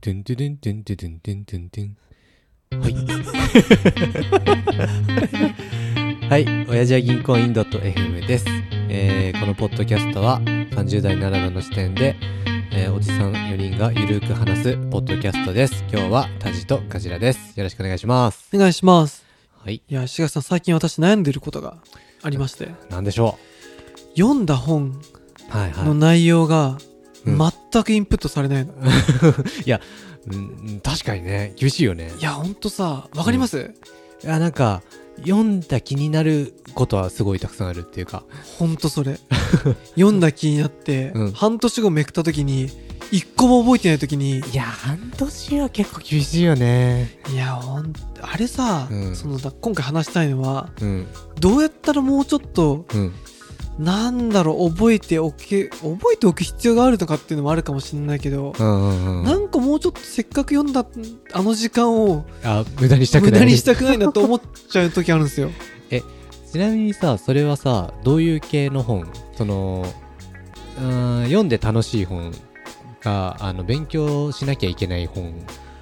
てんてんてんてんてんてんてんてん。はい。 はい、親父は銀行員 .fm です、えーこのポッドキャストは30代ならばの視点で、えーおじさん4人がゆるく話すポッドキャストです。今日はタジとガジラです。よろしくお願いします。お願いしますはい、いや志賀さん最近私悩んでることがありましてなんでしょ読んだ本う。はいのは内容がうん全くインプットされないの、い。うん、確かにね、厳しいよね。いやほんとさわかります、いや、なんか、読んだ気になることはすごいたくさんあるっていうか。ほんとそれ読んだ気になって、 うん半年後めくった時に一個も覚えてない時にいや、半年は結構厳しいよね。いやほんあれさ、うんそのだ今回話したいのはうん、どうやったらもうちょっとうん。なんだろう覚えておけ覚えておく必要があるのかっていうのもあるかもしれないけど、うんうんう、なんんかもうちょっとせっかく読んだあの時間をあ無駄にしたく無ない駄にしたくないなと思っちゃう時あるんですよ。ちなみにさそれはさどういう系の本そのうーん読んで楽しい本かあの勉強しなきゃいけない本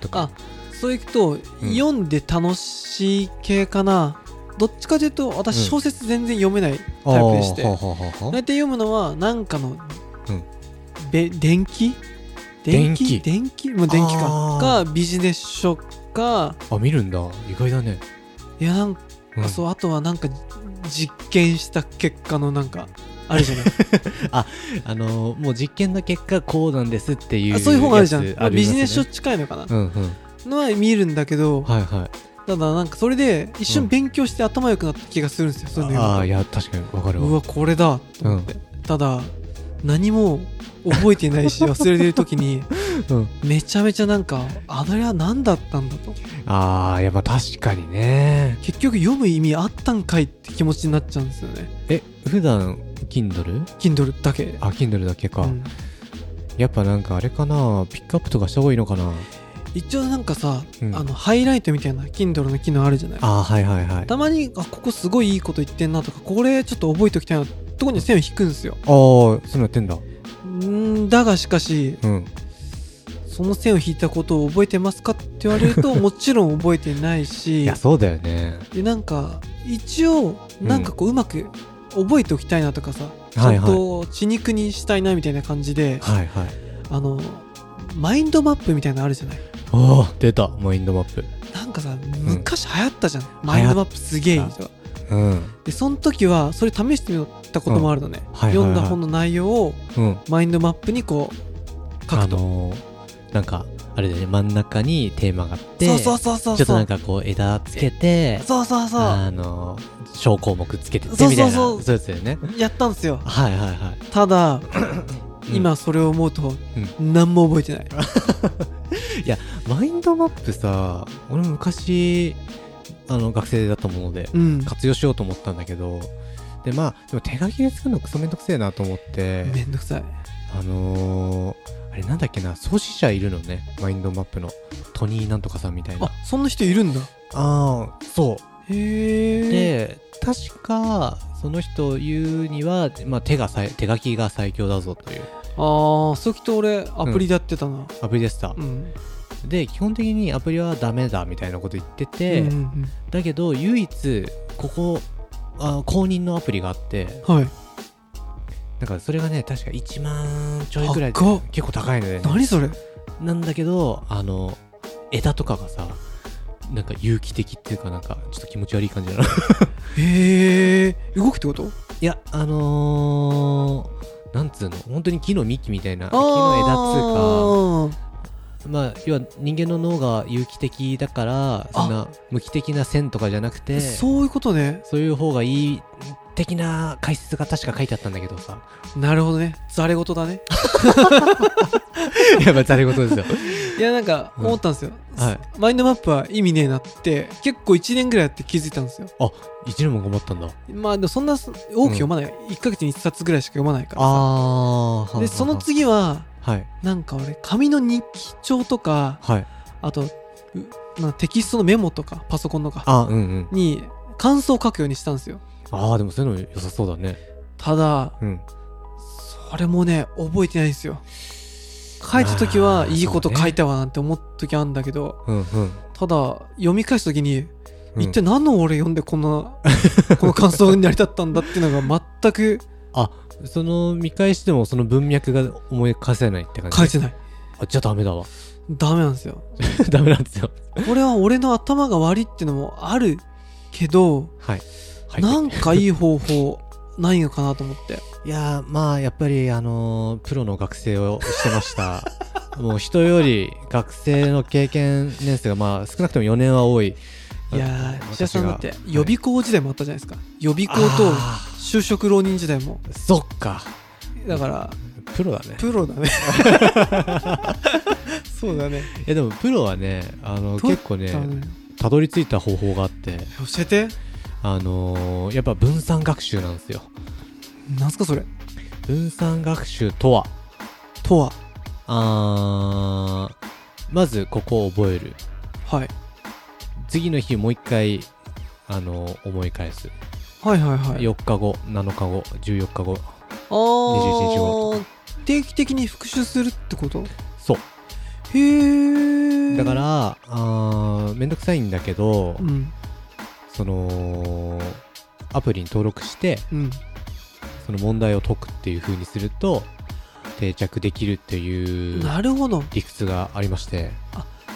とかあそういくと、読んで楽しい系かなどっちかというとうん私小説全然読めないタイプでして、ほうほうほうほう大体読むのはなんかの、うんべ電気電電気気電気まあ電気あかかビジネス書かあ見るんだ意外だね、いやなんか、うんそうあとはなんか実験した結果のなんかあるじゃ ないあのーもう実験の結果こうなんですっていうあそういう本あるじゃん、やつまありまビすジねネス書近いのかな、うんうんのは見るんだけど、はいはいただなんかそれで一う瞬ん勉強して頭良くなった気がするんですよ、そういうのああーい読や確かにわかるむとうわわこれだと思って、ただ何も覚えてないし忘れてる時に うんめちゃめちゃなんかあれは何だったんだとああいやまあ確かにね結局読む意味あったんかいって気持ちになっちゃうんですよねえ普段 Kindle? Kindle だけで、あ Kindle だけか、うんやっぱなんかあれかなピックアップとかした方がいいのかな一応なんかさ、うんあのハイライトみたいな Kindle の機能あるじゃないああはいはいはいたまにあここすごいいいこと言ってんなとかこれちょっと覚えておきたいなとこに線を引くんですよああ、そうなってんだ。んだがしかしうん。その線を引いたことを覚えてますかって言われると もちろん覚えてないいしや、そうだよね。でなんか一応なんかこううまく覚えておきたいなとかさ、ちはいゃんはいと血肉にしたいなみたいな感じで、はいはい。あのマインドマップみたいなのあるじゃないおお、出た、マインドマップ。なんかさ昔流行ったじゃん、マインドマップすげえいいとうん。でその時はそれ試してみたこともあるのね、はいはいはい読んだ本の内容をうん。マインドマップにこう書あくと、のー、なんか、あれだよね、真ん中にテーマがあって、そうそうそうそうちょっとそなんうかこう枝つけて、そうそうそうあのー、小項目つけてってそうそうそうみたいな、そうですよね。やったんですよはいはいはい。ただ、うん今それを思うと、何も覚えてないマインドマップさ、俺も昔、あの、学生だったもので、うん活用しようと思ったんだけど、で、まあ、でも手書きで作るのクソめんどくせえなと思って、めんどくさいあのー、あれなんだっけな、創始者いるのね、マインドマップの。トニーなんとかさんみたいな。ああそんな人いるんだあー、そう。へえで、確か、その人言うには、まあ、手がさい手書きが最強だぞというああそうきっと俺アプリでやってたなアプリでしたう。んで、基本的にアプリはダメだみたいなこと言ってて、うんうんだけど、唯一、ここ、あ公認のアプリがあって、うんはいなんかそれがね、確か1万ちょいくらいで高っ結構高いので、ね、何それなんだけど、あの、枝とかがさ、なんか有機的っていうかなんか、ちょっと気持ち悪い感じだな。 いへえ動くってことや、あのー、なんつうの、本当に木の幹みたいな、木あの枝っーつうか、まあ、要は人間の脳が有機的だから、そんな無機的な線とかじゃなくて、そそういうことねういう方がいい的な解説が確か書いてあったんだけど さ。なるほどねざれ事だねいや、まあ、ざれ事ですよ。いやなんかうん思ったんですよ、はいマインドマップは意味ねえなって結構1年ぐらいやって気づいたんですよ一年も困ったんだ。まあでもそんな多く読まない、1ヶ月に1冊ぐらいしか読まないからあでその、次ははい、なんか俺紙の日記帳とかはい。あとうなんかテキストのメモとかパソコンとかあ、うんうん。に感想を書くようにしたんですよああ、でもそういうの良さそうだね。ただうん。それもね覚えてないんですよ書いた時はあーいいことそうね書いたわなんて思った時あるんだけど、うんうんただ読み返した時に、うん一体何の俺読んでこんなこの感想に成り立ったんだっていうのが全くあその見返してもその文脈が思い浮かせないって感じ書いてないあじゃあダメだわ ダメなんですよダメなんですよこれは俺の頭が悪いってのもあるけどはい、はい、なんかいい方法ないのかなと思 っていやーまあやっぱりあのープロの学生をしてました もう人より学生の経験年数がまあ少なくとも4年は多いいやー石田さんだって予備校校時代もあったじゃないですか予備校と就職浪人時代もそっかだからプロだねプロだ ねそうだねいやでもプロはねあの取っ結構ねだねたどり着いた方法があって教えてあのーやっぱ分散学習なんですよなんすかそれ分散学習とはとはあーまずここを覚えるはい次の日もう一回あのー思い返すはいはいはい4日後7日後14日後あ21日ー頃定期的に復習するってことそうへえだからあーめんどくさいんだけど、うんそのアプリに登録してうんその問題を解くっていう風にすると定着できるっていうなるほど理屈がありまして、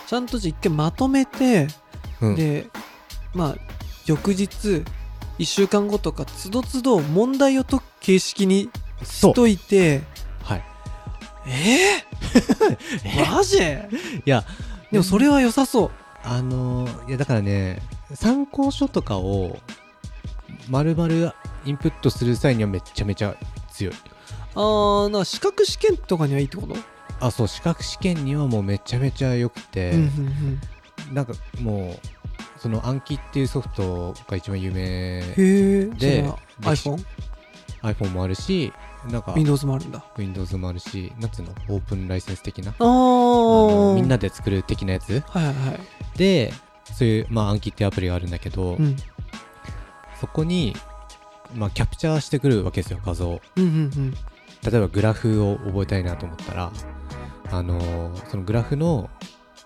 ちゃんとじゃあ一回まとめて、うんでまあ翌日1週間後とかつどつど問題を解く形式にそしうといてはい えー、マジいやでもそれは良さそうあのーいやだからね参考書とかを丸々インプットする際にはめちゃめちゃ強いあーなんか資格試験とかにはいいってこと、あそう資格試験にはもうめちゃめちゃ良くて、うんうんなんかもうその暗記っていうソフトが一番有名うん、へえで iPhone?Windows iPhone もあるしなんかもあるんだ Windows もあるしなんつうのオープンライセンス的なああのあみんなで作る的なやつはいはいはいでそういう、まあ、暗記っていうアプリがあるんだけど、うんそこに、まあ、キャプチャーしてくるわけですよ画像をうんうん例えばグラフを覚えたいなと思ったらあのーそのグラフの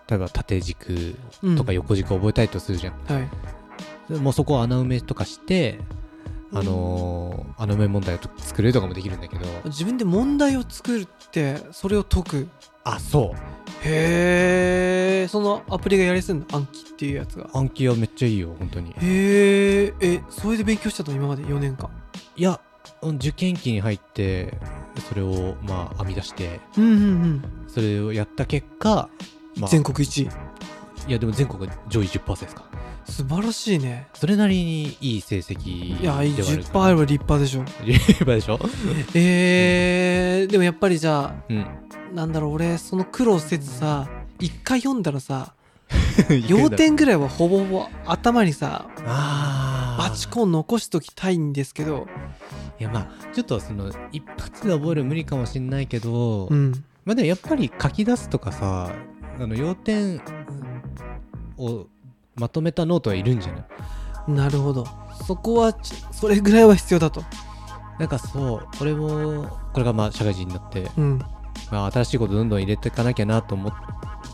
例えば縦軸うんうんとか横軸を覚えたいとするじゃん、はいもうそこを穴埋めとかしてあのー穴埋め問題を作るとかもできるんだけど自分で問題を作るってそれを解くあそうへえそのアプリがやりすんの暗記っていうやつが暗記はめっちゃいいよ本当にへええそれで勉強してたの今まで4年間いやうん受験期に入ってそれをまあ編み出してうんうんうん、それをやった結果、まあ、全国1位いやでも全国上位10%ですか素晴らしいねそれなりにいい成績いやではある10%あれば立派でしょ10%でしょえー、でもやっぱりじゃうんあなんだろう俺その苦労せずさ一回読んだらさ 要点ぐらいはほぼほぼ頭にさ ああバチコン残しときたいんですけどいやまあちょっとその一発で覚える無理かもしんないけど、うんまあでもやっぱり書き出すとかさあの要点をまとめたノートはいるんじゃないなるほどそこはちそれぐらいは必要だとなんかそう俺もこれがまあ社会人になって、うんまあ、新しいことどんどん入れていかなきゃなと思っ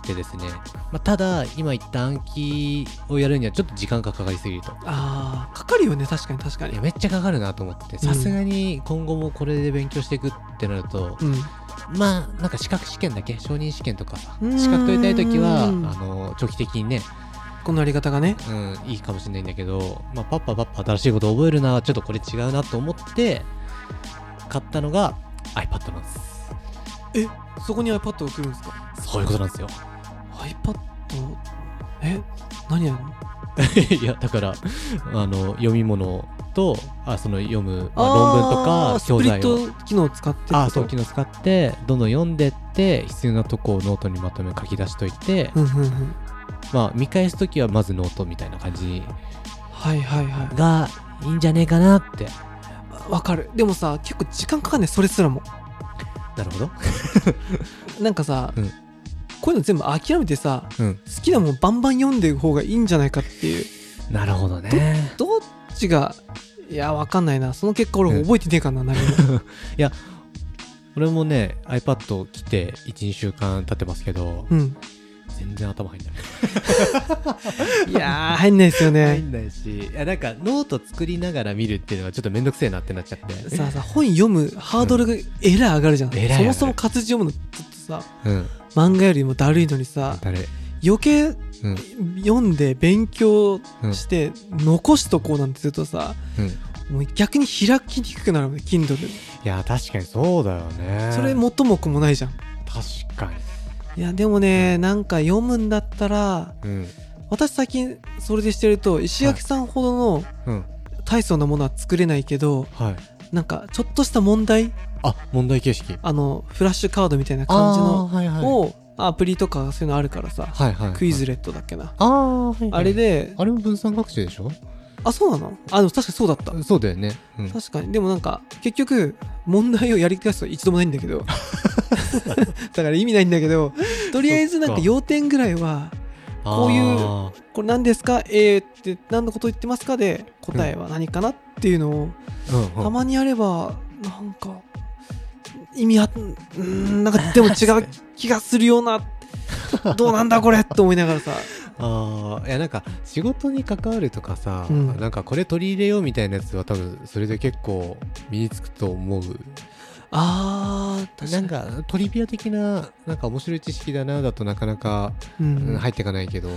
てですね、まあ、ただ今言った暗記をやるにはちょっと時間がかかりすぎるとあーかかるよね確かに確かいにやめっちゃかかるなと思ってさすがに今後もこれで勉強していくってなると、うんまあなんか資格試験だけ承認試験とかさうーん資格取りたい時はあの長期的にねこのやり方がねうん、いいかもしれないんだけど、まあ、パッパパッパ新しいこと覚えるなちょっとこれ違うなと思って買ったのが iPad なんですそこに iPad が来るんですかそういうことなんですよ iPad え何やるのいやだからあの読み物とあその読む、まあ、あー論文とかス教プリ材ッをト機能を使ってあそう機機能使ってどんどん読んでって必要なとこをノートにまとめ書き出しといて、能うんうんうんまあ見返す時はまずノートみたいな感じはいはいはいがいいんじゃねえかなってわかるでもさ結構時間かかんないそれすらもなる ほどなんかさ、うんこういうの全部諦めてさうん好きなもんバンバン読んでいく方がいいんじゃないかっていうなるほどねどっちがいやわかんないなその結果俺うん覚えてねえかな、何もい俺もね iPad 来て12週間経ってますけど、 うん。全然頭入んないいやー、入んないですよ入ね。んないしいやなんかノート作りながら見るっていうのはちょっとめんどくせえなってなっちゃってさあさ、本読むハードルがえらい上がるじゃん。えらい上がそるもそも活字読むのずっとさ、うん漫画よりもだるいのにさ、誰余計うん読んで勉強して残しとこうなんてするとさ、うんいもう逆に開きにくくなるもんね Kindle や確かにそうだよねそれ元も子もないじゃん確かいやでもねなんか読むんだったらにうん私最近それでしてると石垣さんほどのうん大層なものは作れないけどはいなんかちょっとした問題あ問題形式あのフラッシュカードみたいな感じあのーはいはいをアプリとかそういうのあるからさはいはいはいクイズレットだっけなああ、はいはいあれであれも分散学習でしょあそうなのあでも確かにそうだったそうだよね、うん確かにでもなんか結局問題をやり出すと一度もないんだ けどだから意味ないんだけどとりあえずなんかそっか要点ぐらいはこういうあ「これ何ですかえー」って何のこと言ってますかで答えは何かなっていうのをーうんうんたまにやればなんか意味あうんうんなんかでも違う気がするよう などうなんだこれと思いながらさああいやなんか仕事に関わるとかさ、うんなんかこれ取り入れようみたいなやつは多分それで結構身につくと思うあー確かなんにかトリビア的ななんか面白い知識だなだとなかなか、うんうんわ入っていかないけど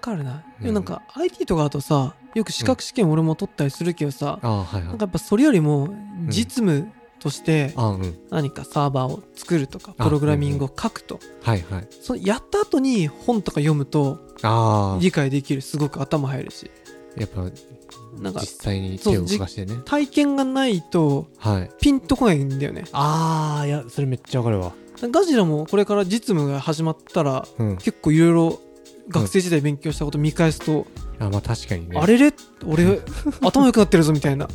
かるなうんでもなんか IT とかだとさよく資格試験俺も取ったりするけどさああはいはないんかやっぱそれよりも実務としてあうん何かサーバーを作るとかあプログラミングを書くとはいはいそのやった後に本とか読むとああ理解できるすごく頭入るしやっぱなんか実際に手を動かしてね体験がないとはいピンとこないんだよねああいやそれめっちゃわかるわガジラもこれから実務が始まったらうん結構いろいろ学生時代勉強したこと見返すと、あまあ確かにねあれれ 俺頭良くなってるぞみたいな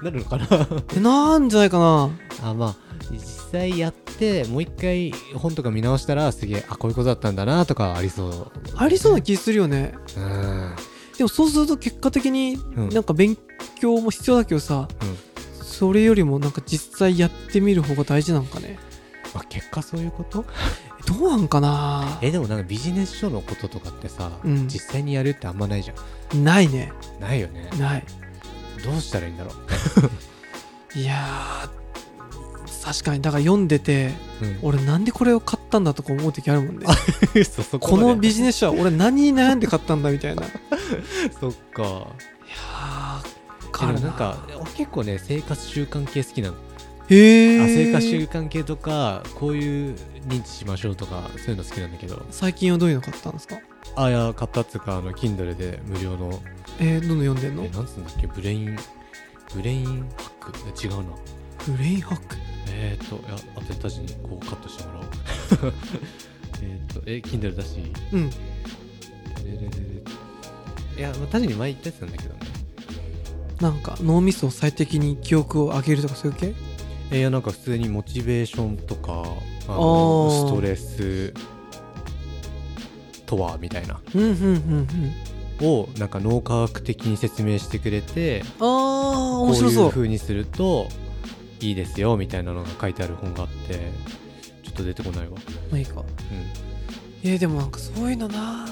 なるのかなえなんじゃないかなあまあ実際やってもう一回本とか見直したらすげえあこういうことだったんだなとかありそうありそうな気するよねうんでもそうすると結果的にうんなんか勉強も必要だけどさ、それよりもなんか実際やってみる方が大事なんかねまあ、結果そういうことどうなんかなえでもなんかビジネス書のこととかってさ、うん実際にやるってあんまないじゃんないねないよねないどうしたらいいんだろう、いやー確かにだから読んでて 俺なんでこれを買ったんだとか思う時あるもんねうん、そそこまでのビジネス書は俺何に悩んで買ったんだみたいないや そっかーでかもなるんなか俺結構ね生活習慣系好きなの、へあ生活習え慣系とかこういう認知しましょうとかそういうの好きなんだけど最近はどういうの買ったんですかあいや買ったっつうかあの Kindle で無料のえー、どんどん読んでんのえなんつうんだっけブレインブレインハック違うなブレインハックえー、といやあとたちにこうカットしてもらおうえっとえ Kindle だしうんレレレレいや、まあ、タジに前言ったやつなんだけどねなんか脳みそを最適に記憶を上げるとかそういう系えいやなんか普通にモチベーションとかああのーストレスとはみたいなうんうんうんうんをなんか脳科学的に説明してくれてあー面白そこういうう風にするといいですよみたいなのが書いてある本があってちょっと出てこないわ、まあいいかう、えー、でもなんかそういうのな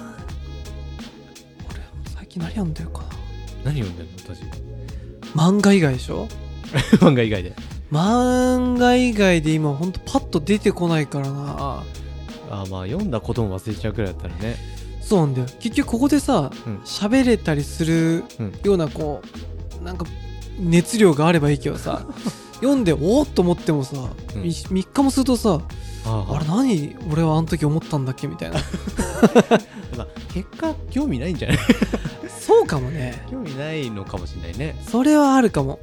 俺最近何読んでるかなん何読んでんの私漫画以外でしょ 漫画以外で漫画以外で今ほんとパッと出てこないからなあーまあ読んだことも忘れちゃうくらいだったらねそうなんだよ結局ここでさうん喋、れたりするうんようなこうなんか熱量があればいいけ どさ読んでおーっと思ってもさ、うみん三3日もするとさあーあれ何俺はあの時思ったんだっけみた いなまあ結果興味ないんじゃ ないそうかもね興味ないのかもしれないねそれはあるかも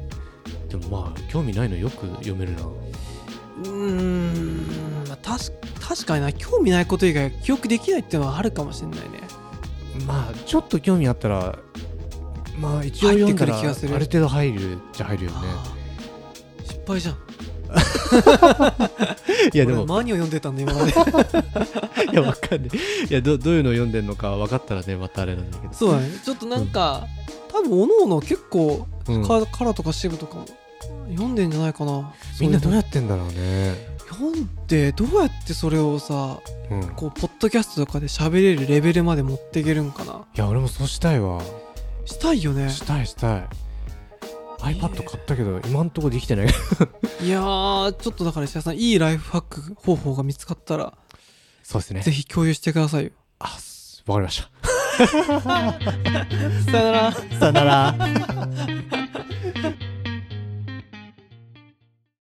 でもまあ興味ないのよく読めるなうーんまあたし確かにな興味ないこと以外記憶できないっていうのはあるかもしれないねまあちょっと興味あったらまあ一応応読読んんだだららああるる程程度入るじゃ入るよねあー失敗じゃん いいやでも何を読んでたんだ今 までいやわかんないいやどどういうの読んでんのか分かったらねまたあれなんだけどそうだねちょっとなんか、多分おのおの結構うんカラカラとかシブとかも読んでんじゃないかなみんなどうやってってんだろうね読んでどうやってそれをさうんいこうポッドキャストとかで喋れるレベルまで持っていけるんかなや俺もそうしたいわしたいよねしたいしたいいいね iPad 買ったけど今んとこできてないいやーちょっとだから石田さんいいライフハック方法が見つかったらそうですねぜひ共有してくださいよあすわかりましたさよならさよなら